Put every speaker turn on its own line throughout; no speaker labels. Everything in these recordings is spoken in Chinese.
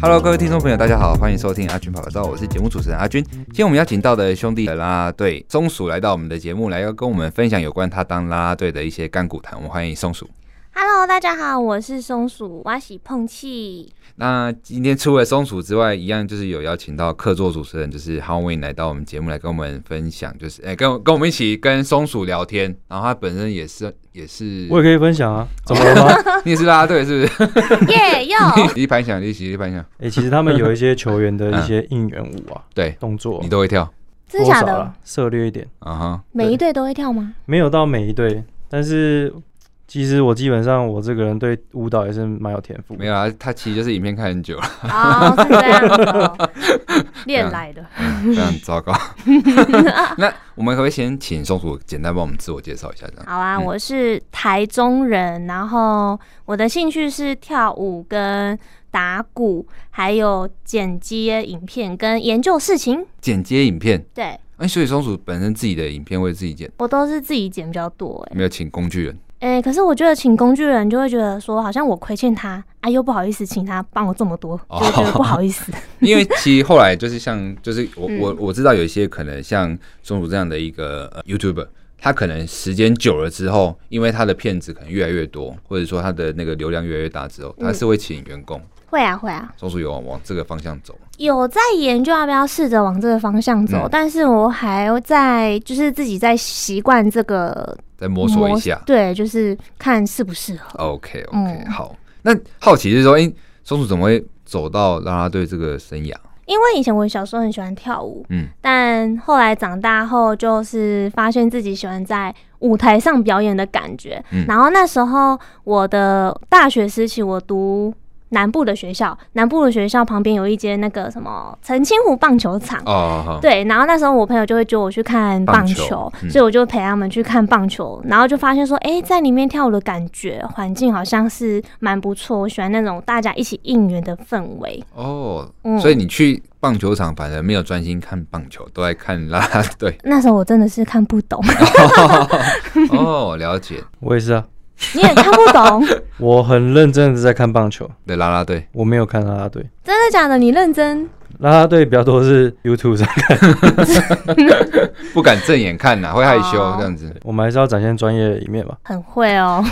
Hello，各位听众朋友，大家好，欢迎收听阿军跑个照，我是节目主持人阿军。今天我们邀请到的兄弟啦啦队松鼠来到我们的节目，来要跟我们分享有关他当啦啦队的一些甘苦谈。我们欢迎松鼠。
Hello，大家好，我是松鼠挖喜碰 气。
那今天除了松鼠之外，一样就是有邀请到客座主持人，就是 Howin 来到我们节目来跟我们分享，就是哎、跟我跟我们一起跟松鼠聊天。然后他本身也是也是，
我也可以 分享啊，怎么了吗？
你也是啦啦队是不是？
耶哟，
一盘响，一起一盘响，
哎、其实他们有一些球员的一些应援舞啊，
嗯对
动作
你都会跳
真
多
的假
少
的
啦？，涉略一点，
啊哈。
每一队都会跳吗？
没有到每一队，但是其实我基本上我这个人对舞蹈也是蛮有天赋的，
没有啊，他其实就是影片看很久了，
哦，是这样子 哦，练来的。
嗯非常糟糕。那我们可不可以先请松鼠简单帮我们自我介绍一下？这样
好啊，
嗯
我是台中人，然后我的兴趣是跳舞、跟打鼓，还有剪接影片跟研究事
嗯
情。
剪接影片，
对
哎、所以松鼠本身自己的影片会自己剪，
我都是自己剪比较多、欸，
没有请工具人。
哎、可是我觉得请工具人就会觉得说，好像我亏欠他，啊，又不好意思请他帮我这么多，就会觉得不好意思。
哦
因为其实后来就是像，就是我
嗯
我我知道有一些可能像松鼠这样的一个、呃、YouTuber，他可能时间久了之后，因为他的片子可能越来越多，或者说他的那个流量越来越大之后，他是会请员工。
会啊，会啊，
松鼠有往往这个方向走，
有在研究要不要试着往这个方向走，
嗯
但是我还在就是自己在习惯这个
再摸索一下。哦
对，就是看适不适合。
OK OK，、
嗯
好。那好奇是说，哎、松鼠怎么会走到啦啦队这个生涯？
因为以前我小时候很喜欢跳舞，
嗯，
但后来长大后就是发现自己喜欢在舞台上表演的感觉。
嗯
然后那时候我的大学时期，我读南部的学校，南部的学校旁边有一间那个什么澄清湖棒球场。
哦，好，
对，然后那时候我朋友就会揪我去看
棒
棒
球
球，
嗯
所以我就陪他们去看棒球，然后就发现说，哎、在里面跳舞的感觉环境好像是蛮不错，我喜欢那种大家一起应援的氛围。
哦，
嗯
所以你去棒球场，反而没有专心看棒球，都在看啦啦 队。
那时候我真的是看不懂，
哦，了解，
我也是啊，
你也看不懂，
我很认真的在看棒球，
对啦啦队。
我没有看啦啦队，
真的假的？你 认真？
啦啦队比较多是 YouTube 上，
不敢正眼看呐、会害羞
哦
这样子
我们还是要展现专业的一面嘛。
很会哦，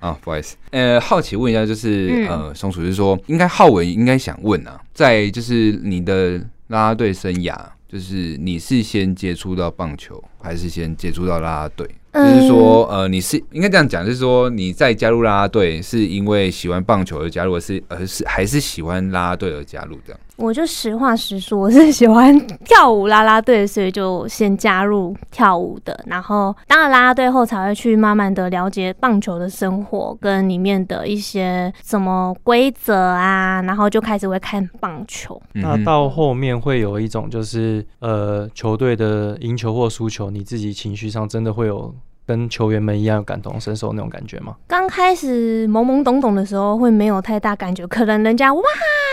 啊、不好意思。呃，好奇问一下，就是、
嗯
呃，松鼠是说，应该浩文应该想问啊，在就是你的啦啦队生涯，就是你是先接触到棒球，还是先接触到啦啦队？就是
嗯
说，呃，你是应该这样讲，就是说你在加入啦啦队是因为喜欢棒球而加入，而是而是还是喜欢啦啦队而加入这样？
我就实话实说，我是喜欢跳舞啦啦队，所以就先加入跳舞的。然后当了啦啦队后，才会去慢慢的了解棒球的生活跟里面的一些什么规则啊，然后就开始会看棒球。
那
嗯哼
到后面会有一种就是呃，球队的赢球或输球，你自己情绪上真的会有跟球员们一样感同身受那种感觉吗？
刚开始懵懵懂懂的时候，会没有太大感觉，可能人家哇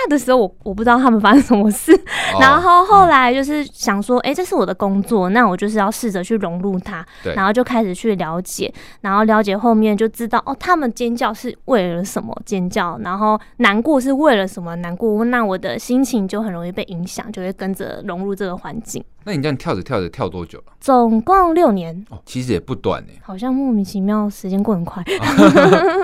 的时候，我我不知道他们发生什么事，
哦
然后后来就是想说，哎、这是我的工作，那我就是要试着去融入它
对，
然后就开始去了解，然后了解后面就知道，哦，他们尖叫是为了什么尖叫，然后难过是为了什么难过，那我的心情就很容易被影响，就会跟着融入这个环境。
那你这样跳着跳着跳多久了？
总共六年，
哦，其实也不短呢、
好像莫名其妙时间过 很快，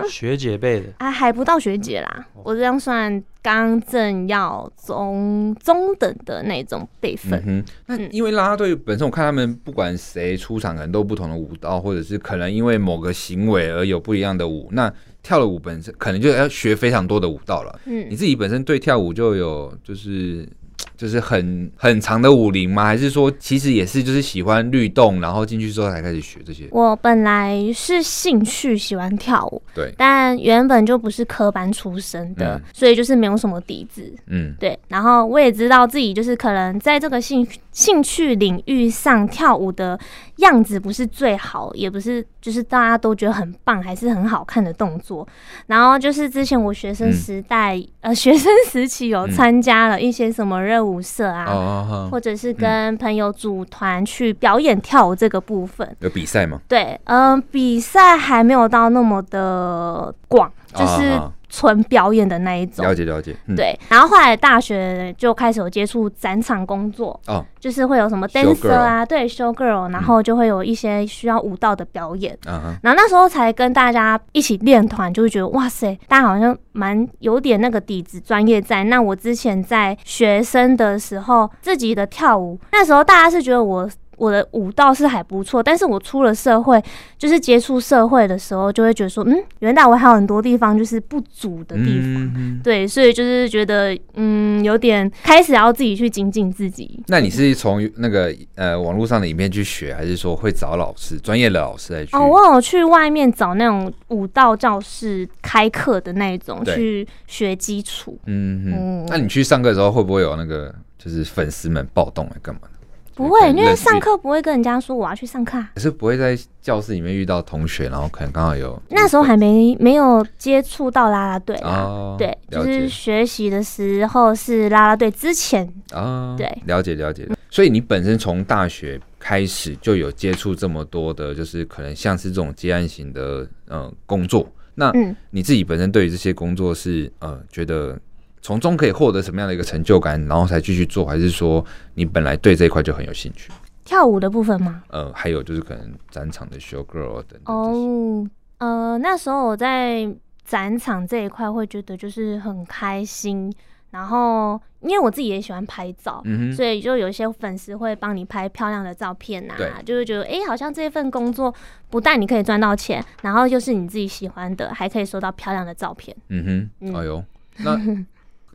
学姐辈的，
啊，还不到学姐啦，我这样算刚正要中中等的那种辈分。
嗯哼，那
嗯
因为啦啦队本身，我看他们不管谁出场，可能都有不同的舞蹈，或者是可能因为某个行为而有不一样的舞。那跳了舞本身，可能就要学非常多的舞蹈了。
嗯
你自己本身对跳舞就有就是就是很很长的舞龄吗？还是说其实也是就是喜欢律动，然后进去之后才开始学这些？
我本来是兴趣喜欢跳舞，
对，
但原本就不是科班出身的，
嗯
所以就是没有什么底子。
嗯，
对，然后我也知道自己就是可能在这个兴兴趣领域上跳舞的样子不是最好，也不是就是大家都觉得很棒，还是很好看的动作。然后就是之前我学生
嗯
时代，呃，学生时期有
嗯
参加了一些什么热舞社啊，
哦哦，哦
或者是跟朋友组团去表演跳舞这个部分。
有比赛吗？
对，嗯、比赛还没有到那么的广，就是
啊
纯表演的那一种。
了解了解，嗯，
对，然后后来大学就开始有接触展场工作，
哦，
就是会有什么
Show
dancer 啊，对，show girl，然后就会有一些需要舞蹈的表演。
啊哈，
然后那时候才跟大家一起练团，就会觉得哇塞，大家好像蛮有点那个底子，专业在。那我之前在学生的时候，自己的跳舞，那时候大家是觉得我我的舞蹈是还不错，但是我出了社会，就是接触社会的时候，就会觉得说，嗯，原来我还有很多地方就是不足的地方。啊
嗯，
对，所以就是觉得，嗯，有点开始要自己去精进自己。
那你是从那个呃网络上的影片去学，还是说会找老师专业的老师来去？
哦，我有去外面找那种舞蹈教室开课的那一种
对
去学基础，
嗯哼
嗯，
那你去上课的时候会不会有那个就是粉丝们暴动来干嘛的？
不会，
跟嗯
因为
认识
上课不会跟人家说我要去上课啊、
可是不会在教室里面遇到同学，然后可能刚好有
那时候还没没有接触到啦啦队啊。
哦，
对，就
了
是
解
学习的时候是啦啦队之前，
啊，
对，
了解了解。所以你本身从大学开始就有接触这么多的，就是可能像是这种接案型的呃工作。那
嗯
你自己本身对于这些工作是呃觉得从中可以获得什么样的一个成就感，然后才继续做，还是说你本来对这一块就很有兴趣？
跳舞的部分吗？
呃，还有就是可能展场的 show girl 等等这些。
哦，呃，那时候我在展场这一块会觉得就是很开心，然后因为我自己也喜欢拍照，
嗯哼，
所以就有一些粉丝会帮你拍漂亮的照片呐、
对
就会觉得哎、诶好像这份工作不但你可以赚到钱，然后又是你自己喜欢的，还可以收到漂亮的照片。
嗯
嗯
哼，哎呦， 那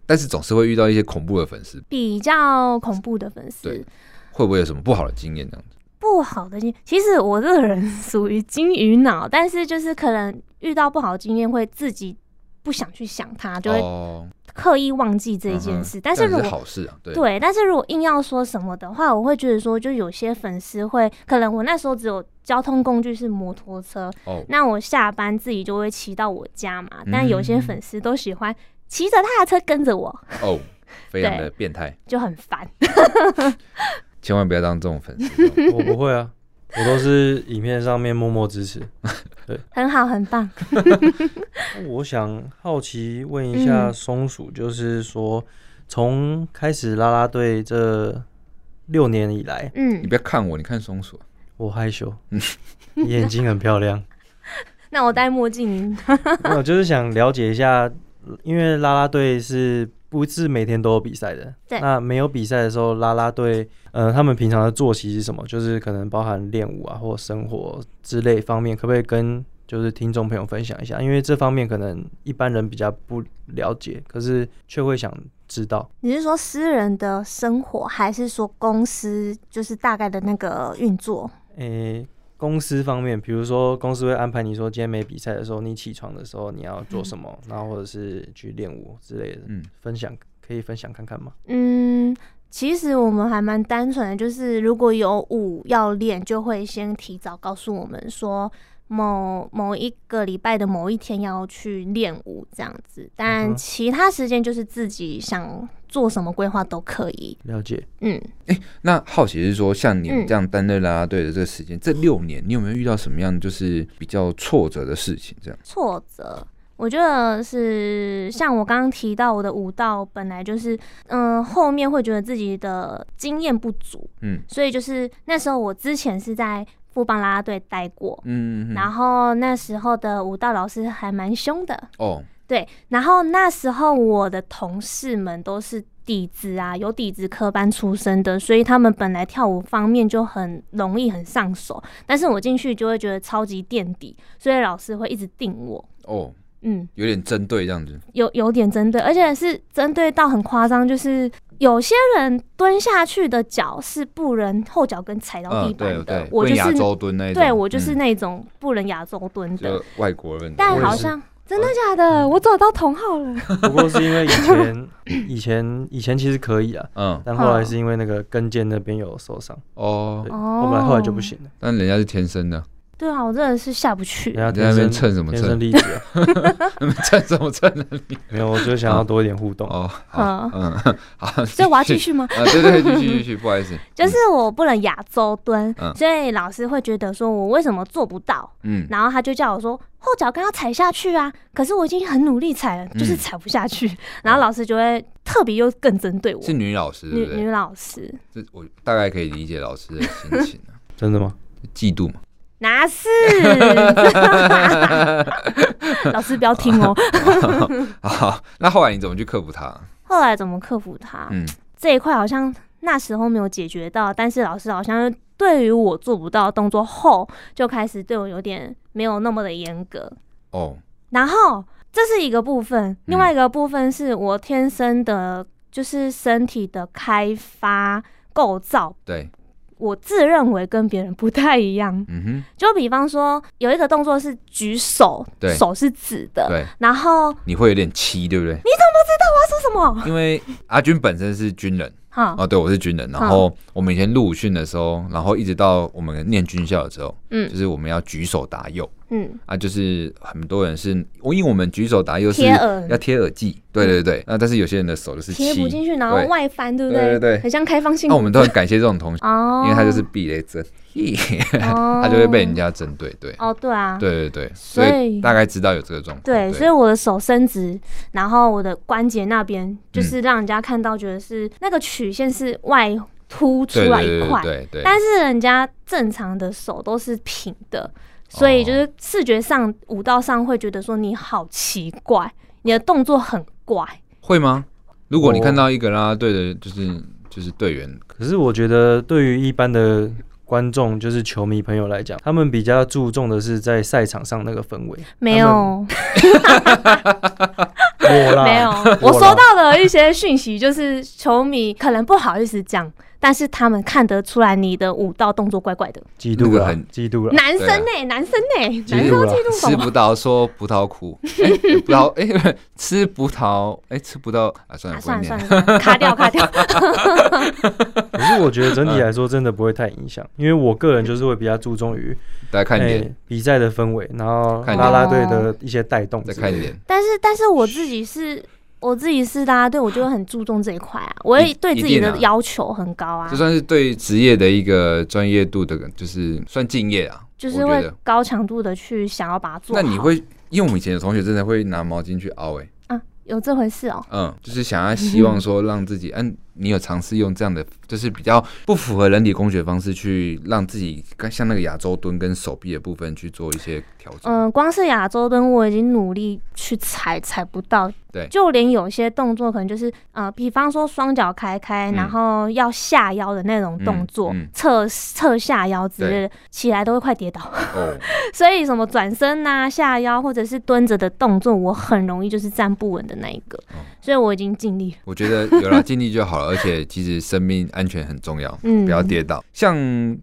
但是总是会遇到一些恐怖的粉丝，
比较恐怖的粉
对
丝，
会不会有什么不好的经验呢？
不好的经，其实我这个人属于金鱼脑，但是就是可能嗯遇到不好的经验会自己不想去想它，就会
哦，嗯
刻意忘记这一件事。但是
是
如
是
果
好事啊，对，
对，但是如果硬要说什么的话，我会觉得说，就有些粉丝会，可能我那时候只有交通工具是摩托车，
哦，
那我下班自己就会骑到我家嘛。但
嗯
有些粉丝都喜欢骑着他的车跟着我，
哦，非常的变态，
就很烦。
千万不要当这种粉 丝哦。
我不会啊，我都是影片上面默默支持。
很好，很棒。
我想好奇问一下
嗯
松鼠，就是说从开始啦啦队这六年以来，
你
嗯，
不要看我，你看松鼠。啊
我害羞，你眼睛很漂亮。
那我戴墨镜。
那我就是想了解一下，因为啦啦队是不是每天都有比赛的？
对
那没有比赛的时候，啦啦队，呃，他们平常的作息是什么？就是可能包含练舞啊，或生活之类方面，可不可以跟就是听众朋友分享一下？因为这方面可能一般人比较不了解，可是却会想知道。
你是说私人的生活，还是说公司就是大概的那个运作？
诶、公司方面，比如说公司会安排你说今天没比赛的时候，你起床的时候你要做什么，然后或者是去练舞之类的，
嗯
分享可以分享看看吗？
嗯，其实我们还蛮单纯的，就是如果有舞要练，就会先提早告诉我们说某某一个礼拜的某一天要去练舞这样子，
嗯
但
哼
其他时间就是自己想做什么规划都可以。
了解。
嗯，
那好奇是说，像你
嗯
这样担任啦啦队的这个时间，这六年，你有没有遇到什么样就是比较挫折的事情？这样，
挫折。我觉得是像我刚刚提到，我的舞蹈本来就是，嗯、后面会觉得自己的经验不足，
嗯
所以就是那时候我之前是在富邦啦啦队待过，
嗯，嗯
然后那时候的舞蹈老师还蛮凶的，
哦，
对。然后那时候我的同事们都是底子啊，有底子科班出身的，所以他们本来跳舞方面就很容易很上手，但是我进去就会觉得超级垫底，所以老师会一直定我。
哦，
嗯，
有点针对这样子，
有有点针对，而且是针对到很夸张，就是有些人蹲下去的脚是不能后脚跟踩到地
嗯，
板
对
的，
对，
我
问
就
亚
是
洲蹲那一种，
对我就是
嗯
那种不能亚洲蹲的，
就外国人，
但
我也
好
是嗯
像真的假的，我找到同号了。
不过是因为以前 以前以前其实可以啊，
嗯
但后来是因为那个跟腱那边有受伤，
哦
对，，
哦
后来后来就不行了。
但人家是天生的，
对啊，我真的是下不去。
人家
你在那
天
边
生
蹭什么
天
蹭
生丽质啊，
蹭什么蹭啊你？
没有，我就想要多一点互动。
哦，好，
嗯，
嗯，好，
所以我要继
去
续吗？
嗯
啊，对对，继续继续，不好意思，
就是我不能亚洲蹲，
嗯
所以老师会觉得说我为什么做不到，
嗯，
然后他就叫我说后脚跟要踩下去啊，可是我已经很努力踩了，
嗯
就是踩不下去。然后老师就会特别又更针对我，
是女老师对
女
不对
女？老师
这我大概可以理解老师的心情啊，
真的吗？
嫉妒嘛。
哪是？ 老师不要听哦。
好，啊那后来你怎么去克服它？
后来怎么克服他、
嗯
这一块？好像那时候没有解决到，但是老师好像对于我做不到的动作后，就开始对我有点没有那么的严格。
哦，
然后这是一个部分，另外一个部分是我天生的，就是身体的开发构造，
对，
我自认为跟别人不太一样。
嗯
就比方说，有一个动作是举手
对，
手是直
哼，
的，
对，
然后
你会有点气，对不对？
这是什么？
因为阿军本身是军人
哈，
哦，对，我是军
嗯
人。然后我们以前入伍训的时候，然后一直到我们念军校的时候，
嗯
就是我们要举手答右
嗯，
啊，就是很多人是，我因为我们举手答右是
贴耳嗯
要贴耳机，对对对。啊那但是有些人的手就是
贴不进
气，
去，然后
对
外翻，对不
对对对
很像开放性
那我们都很感谢这种同学，
哦，
因为他就是避雷针，嘿
他
他就会被人家针对，对。
哦，对啊，
对对对，
所
所
以
以大概知道有这个状况。
对，所以我的手伸直，然后我的关节那
嗯
边就是让人家看到，觉得是、那个曲线是外凸出
对
来
对
一
对
块，
对对，
但是人家正常的手都是平的，所
哦
以就是视觉上、舞蹈上会觉得说你好奇怪，你的动作很怪。
会吗？如果你
我
看到一个啦啦队的，就是就是队员，
可是我觉得，对于一般的观众，就是球迷朋友来讲，他们比较注重的是在赛场上那个氛围。
没有，
我 啦，
没有，我收到的一些讯息就是球迷可能不好意思讲，但是他们看得出来你的舞蹈动作怪怪的。
嫉
那
妒
个
了
很，
嫉妒了。
男生呢、
啊
男生呢、男
嫉
生
妒
要
啦
嫉妒什
吃
么？
葡萄说葡萄苦， 哎葡萄哎吃葡萄哎吃葡萄啊，算
啊，
了不会
算了
念
算，了，算了卡 掉卡掉。
可是我觉得整体来说，真的不会太影响，
嗯
因为我个人就是会比较注重于
大家看
哎
脸，
比赛的氛围，然后
看
啦啦队
脸
的一些带动之
再
类的。
看脸，
但是但是我自己是，我自己是啦，对我就会很注重这一块啊，我也
一
对自
一
己
定啊
的要求很高啊
这，算是对职业的一个专业度的，就是算敬业啊。
就是
我觉
会
得，
高强度的去想要把它做
那
好。
你会，因为我们以前有同学真的会拿毛巾去凹，哎，
啊？有这回事哦、
嗯，就是想要希望说让自己，嗯，你有尝试用这样的，就是比较不符合人体工学方式去让自己跟像那个亚洲蹲跟手臂的部分去做一些调整。
嗯、光是亚洲蹲我已经努力去踩，踩不到。
对
就连有些动作可能就是呃，比方说双脚开开，
嗯
然后要下腰的那种动作
嗯嗯，
侧侧、下腰之类的，起来都会快跌倒。
哦，
所以什么转身呐、下腰或者是蹲着的动作，我很容易就是站不稳的那一个，
哦
所以我已经尽力了。
我觉得有了尽力就好了，而且其实生命安全很重要，
嗯
不要跌倒。像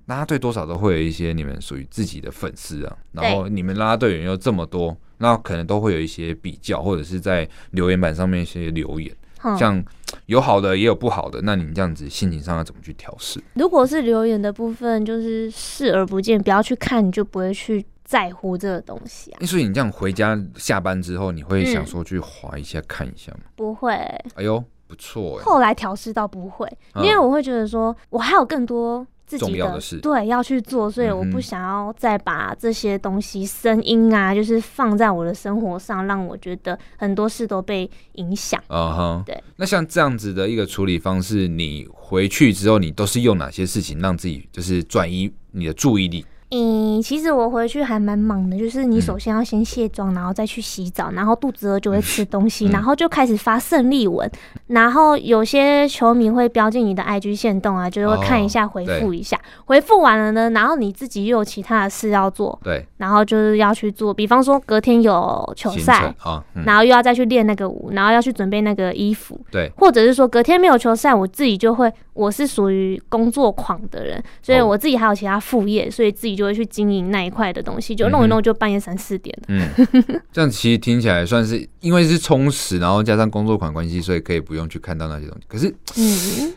啦啦队多少都会有一些你们属于自己的粉丝啊，然后你们啦啦队员又这么多，那可能都会有一些比较，或者是在留言板上面一些留言，
哼
像有好的也有不好的，那你们这样子心情上要怎么去调试？
如果是留言的部分，就是视而不见，不要去看，你就不会去在乎这个东西啊。
欸所以你这样回家下班之后，你会
嗯
想说去划一下、看一下吗？
不会，
哎呦，不错哎、
后来调试到不会，因
嗯
为我会觉得说我还有更多。自己
重要的事
对要去做，所以我
嗯
不
哼
想要再把这些东西、声音啊，就是放在我的生活上，让我觉得很多事都被影响。
啊哈、
对。
那像这样子的一个处理方式，你回去之后，你都是用哪些事情让自己就是转移你的注意力？
嗯，其实我回去还蛮忙的，就是你
嗯
首先要先卸妆，然后再去洗澡，然后肚子饿就会吃东
嗯
西，然后就开始发胜利文，然后有些球迷会标记你的 IG 线动啊，就会看一下回复一下，
哦
回复完了呢，然后你自己又有其他的事要做，
对，
然后就是要去做，比方说隔天有球
行
赛
程，啊，嗯，
然后又要再去练那个舞，然后要去准备那个衣服，
对，
或者是说隔天没有球赛，我自己就会，我是属于工作狂的人，所以
哦
我自己还有其他副业，所以自己就会去经营那一块的东西，
嗯
就
哼
弄一弄就半夜三四点了。
嗯，这样其实听起来算是因为是充实，然后加上工作款关系，所以可以不用去看到那些东西。可是
嗯，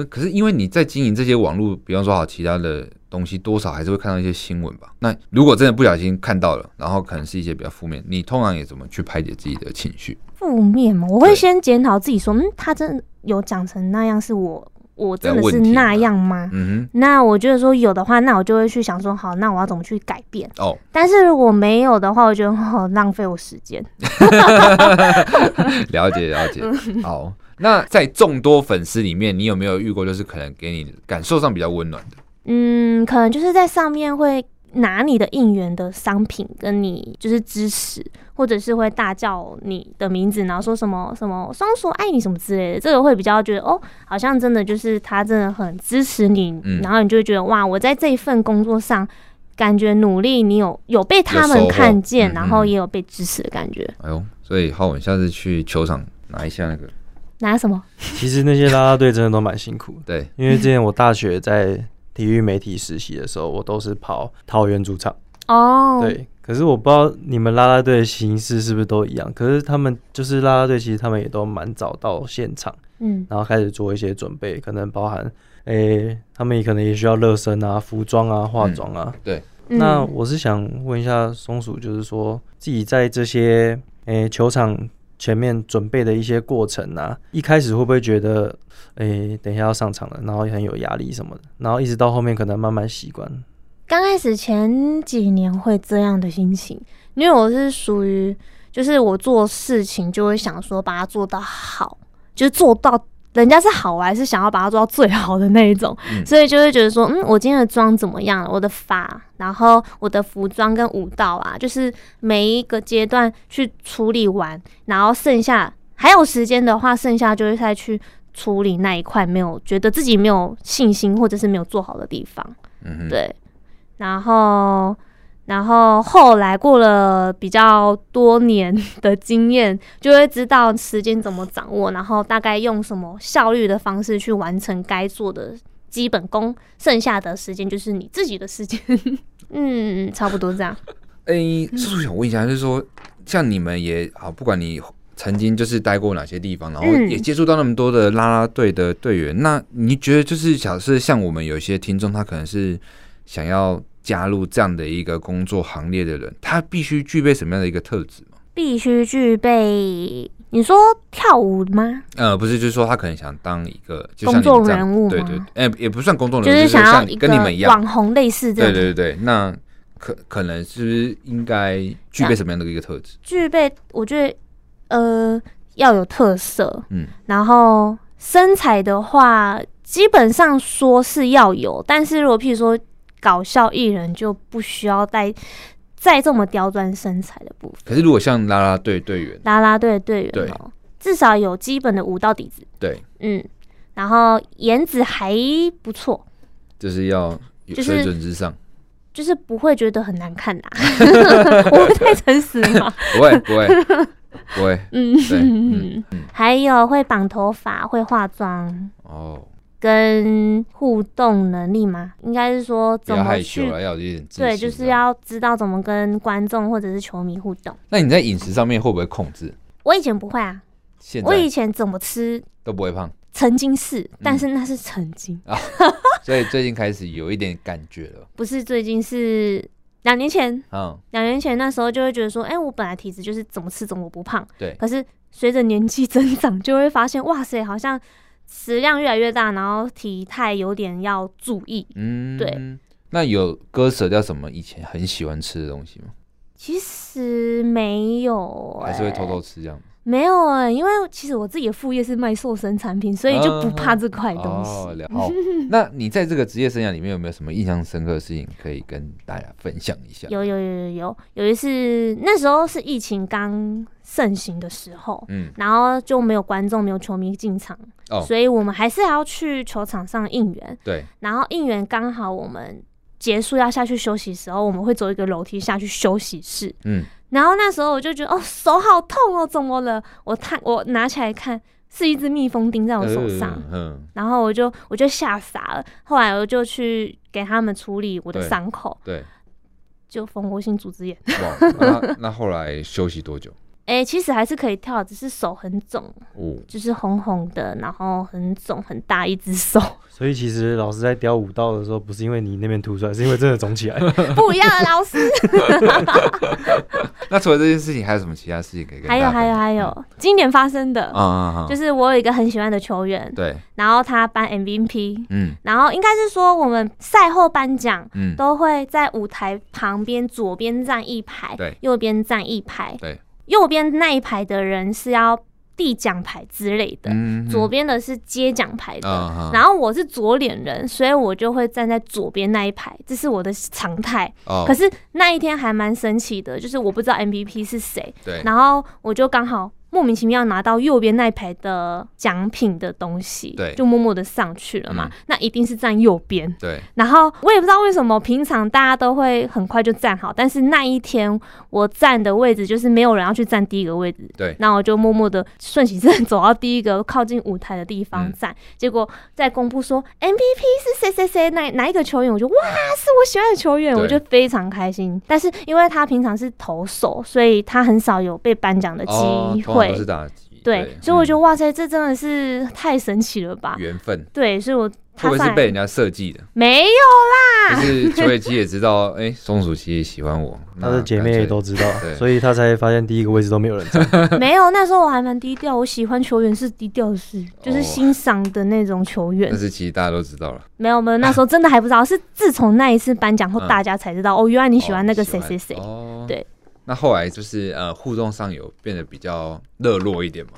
呃，可是因为你在经营这些网络，比方说好其他的东西，多少还是会看到一些新闻吧。那如果真的不小心看到了，然后可能是一些比较负面，你通常也怎么去排解自己的情绪？
负面嘛，我会
对
先检讨自己说，嗯，他真的有讲成那样，是我我真的
的问
是
题
那
吗
样吗？
嗯
那我觉得说有的话，那我就会去想说，好，那我要怎么去改变？
哼，哦，
但是如果没有的话，我觉得好浪费我时间。
了解了解。好，那在众多粉丝里面，你有没有遇过就是可能给你感受上比较温暖的？
嗯，可能就是在上面会拿你的应援的商品跟你就是支持，或者是会大叫你的名字，然后说什么什么松鼠爱你什么之类的，这个会比较觉得哦，好像真的就是他真的很支持你，
嗯
然后你就会觉得哇，我在这一份工作上。感觉努力，你有有被他
有收
们
获
看见，
嗯
然后
嗯
也有被支持的感觉。
哎呦，所以浩文下次去球场拿一下那个，
拿什么？
其实那些啦啦队真的都蛮辛苦的，
对，
因为之前我大学在体育媒体实习的时候，我都是跑桃园主场。
哦，
对，可是我不知道你们啦啦队的形式是不是都一样，可是他们就是啦啦队，其实他们也都蛮早到现场，
嗯，
然后开始做一些准备，可能包含诶、他们也可能也需要热身啊、服装啊、化
嗯
妆啊。
嗯
那我是想问一下松鼠，就是说自己在这些诶、球场前面准备的一些过程啊，一开始会不会觉得诶、等一下要上场了，然后很有压力什么的，然后一直到后面可能慢慢习惯。
刚开始前几年会这样的心情，因为我是属于，就是我做事情就会想说把它做到好，就是做到人家是好，我还是想要把它做到最好的那一种，
嗯
所以就会觉得说，嗯，我今天的妆怎么样了？我的发，然后我的服装跟舞蹈啊，就是每一个阶段去处理完，然后剩下还有时间的话，剩下就会再去处理那一块没有觉得自己没有信心或者是没有做好的地方。
嗯哼，
对，然后然后后来过了比较多年的经验，就会知道时间怎么掌握，然后大概用什么效率的方式去完成该做的基本功，剩下的时间就是你自己的时间。 嗯，差不多这样。
诶，
嗯
叔叔想问一下，就是说，像你们也好，不管你曾经就是待过哪些地方，然后
嗯
也接触到那么多的啦啦队的队员，那你觉得就是假设像我们有一些听众，他可能是想要加入这样的一个工作行列的人，他必须具备什么样的一个特质吗？
必须具备，你说跳舞吗？
呃，不是，就是说他可能想当一个就像你
工作
们这样
人物吗
对对，哎、也不算工作人
就
物，就是
想要
像
一
你
个
跟你们一样，
网红类似这
对
样，
对对，对那可可能是不是应该具备什么样的一个特质？
具备，我觉得呃要有特色，
嗯，
然后身材的话，基本上说是要有，但是如果譬如说搞笑艺人就不需要带再这么刁钻身材的部分。
可是如果像啦啦队队员，
啦啦队队员
对
哦、至少有基本的舞蹈底子，
对。
嗯，然后颜值还不错，
就是要有
就是
水准之上，
就是不会觉得很难 看啦、我会太诚实了吗，
不会 不会不会
嗯
对 嗯
还有会绑头发，会化妆。
哦，
跟互动能力嘛，应该是说
不
怎
要
么
害羞啊
去
了，要有一点自信。
对，就是。要知道怎么跟观众或者是球迷互动。
那你在饮食上面会不会控制？
我以前不会啊，
现
我以
在嗯
前怎么吃，
都不会胖，
曾经是，但是那是曾经，
所以最近开始有一点感觉了。
不是最近是两年前。
嗯，
两年前那时候就会觉得说，哎、我本来体质就是怎么吃怎么不胖，
对
可是随着年纪增长，就会发现，哇塞，好像食量越来越大，然后体态有点要注意。
嗯，
对。
那有割舍掉什么以前很喜欢吃的东西吗？
其实没有、
还是会偷
哎
偷吃这样？
没有哎、因为其实我自己的副业是卖瘦身产品，所以就不怕这块东西。
啊哦，了好。那你在这个职业生涯里面有没有什么印象深刻的事情可以跟大家分享一下？
有有有有有，有一次那时候是疫情刚盛行的时候，
嗯，
然后就没有观众、没有球迷进场，
哦
所以我们还是要去球场上应援。
对，
然后应援刚好我们结束要下去休息的时候，我们会走一个楼梯下去休息室。
嗯，
然后那时候我就觉得哦，手好痛哦，怎么了？我看我拿起来看，是一只蜜蜂叮在我手上。
嗯嗯，
然后我就我就吓傻了，后来我就去给他们处理我的
对
伤口，
对。
就蜂窝性组织炎。
哇，那那后来休息多久？
哎、哎、其实还是可以跳，只是手很肿，
哦，
就是红红的，然后很肿很大一只 手，
所以其实老师在雕舞蹈的时候，不是因为你那边凸出来，是因为真的肿起来。
不一样的 老师。
那除了这件事情，还有什么其他事情可以跟
还
大
有
家分
还有
享
还有，今年发生的，
嗯啊啊啊！
就是我有一个很喜欢的球员，
对，
然后他颁 MVP，
嗯
然后应该是说我们赛后颁奖。
嗯，
都会在舞台旁边左边站一排，
对
右边站一排，
对，
右边那一排的人是要递奖牌之类的，
嗯
左边的是接奖牌的。
啊
然后我是左脸人，所以我就会站在左边那一排，这是我的常态。
哦
可，是那一天还蛮神奇的，就是我不知道 MVP 是谁，
对，
然后我就刚好莫名其妙拿到右边那一排的奖品的东西，
对
就默默的上去了嘛。
嗯
那一定是站右边，
对，
然后我也不知道为什么，平常大家都会很快就站好，但是那一天我站的位置就是没有人要去站第一个位置，
对
那我就默默的顺其自然走到第一个靠近舞台的地方
嗯
站，结果在公布说 MVP 是谁谁谁哪哪一个球员，我就哇是我喜欢的球员，
对
我就非常开心。但是因为他平常是投手，所以他很少有被颁奖的
哦
机
通常
会，
都是打击，
对，所以我觉得、
嗯
哇塞，这真的是太神奇了吧？
缘分。
对，所以我
会
他
不会
上
是
来
被人家设计的？
没有。
就是邱伟基也知道，哎，松鼠其实也喜欢我，
她的
那
姐妹
干脆
也都知道
对，
所以她才发现第一个位置都没有人站。
没有，那时候我还蛮低调。我喜欢球员是低调的事，就是
哦
欣赏的那种球员。
但是其实大家都知道了。
没有，没有，那时候真的还不知道。是自从那一次颁奖后，
嗯
大家才知道、哦，原来你
你
喜欢那个谁谁谁。
哦，
对。
那后来就是呃，互动上有变得比较热络一点嘛？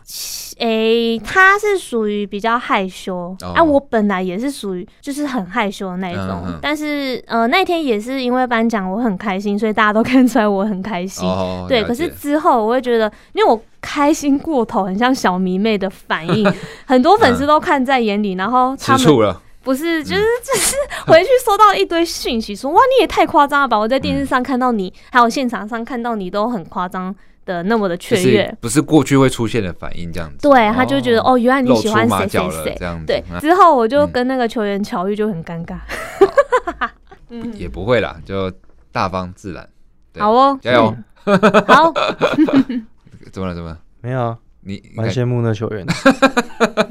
诶、他是属于比较害羞、
哦
啊，我本来也是属于就是很害羞的那一种。
嗯嗯
但是呃，那天也是因为颁奖，我很开心，所以大家都看出来我很开心。
哦，
对，
了
可是
解
之后我会觉得，因为我开心过头，很像小迷妹的反应， 很多粉
嗯
丝都看在眼里，然后他
吃
们
醋了，
不是，就是、
嗯
就是回去收到一堆讯息说，哇，你也太夸张了吧！我在电视上看到你，还有现场上看到你都很夸张的那么的
就
雀跃。
是不是过去会出现的反应这样子？
对，他就觉得哦原来你
露
喜
出
欢
马
谁谁
脚了
谁
这。样子，
对
嗯，
之后我就跟那个球员巧遇，就很尴 尬。
也不会啦，就大方自然，对
好哦，
加油！
嗯，好，
怎么了？怎么了？
没有啊，
你你
蛮
看
羡慕那球员的。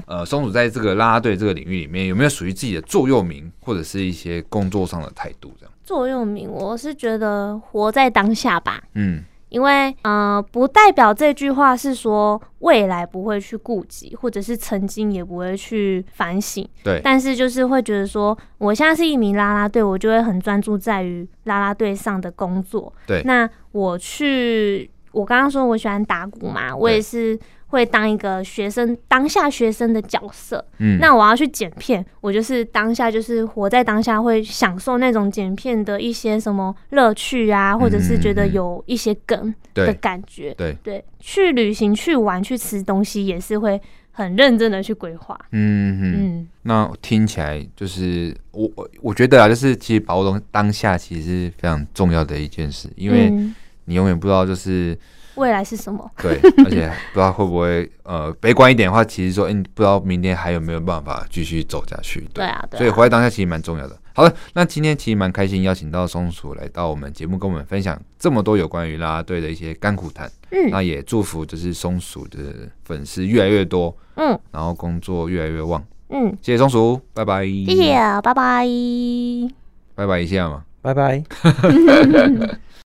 呃，松鼠在这个啦啦队这个领域里面，有没有属于自己的座右铭，或者是一些工作上的态度这样？
座右铭，我是觉得活在当下吧。
嗯，
因为，呃，不代表这句话是说未来不会去顾及，或者是曾经也不会去反省，
对，
但是就是会觉得说，我现在是一名啦啦队，我就会很专注在于啦啦队上的工作。
对
那我去，我刚刚说我喜欢打鼓嘛，我也是会当一个学生，当下学生的角色。
嗯，
那我要去剪片，我就是当下就是活在当下，会享受那种剪片的一些什么乐趣啊，或者是觉得
嗯嗯嗯
有一些梗的
对
感觉。
对，
对，去旅行、去玩、去吃东西，也是会很认真的去规划。
嗯嗯，
嗯
那听起来就是我我我觉得啊，就是其实把握当当下其实是非常重要的一件事，因为
嗯
你永远不知道就是
未来是什么？
对，而且不知道会不会呃悲观一点的话，其实说，嗯、你不知道明天还有没有办法继续走下去。
对啊，对啊
所以活在当下其实蛮重要的。好的，那今天其实蛮开心，邀请到松鼠来到我们节目，跟我们分享这么多有关于啦啦队的一些甘苦谈。
嗯
那也祝福就是松鼠的粉丝越来越多，
嗯
然后工作越来越旺。
嗯，
谢谢松鼠，拜拜，嗯
谢谢，拜拜。
拜拜一下嘛。
拜拜。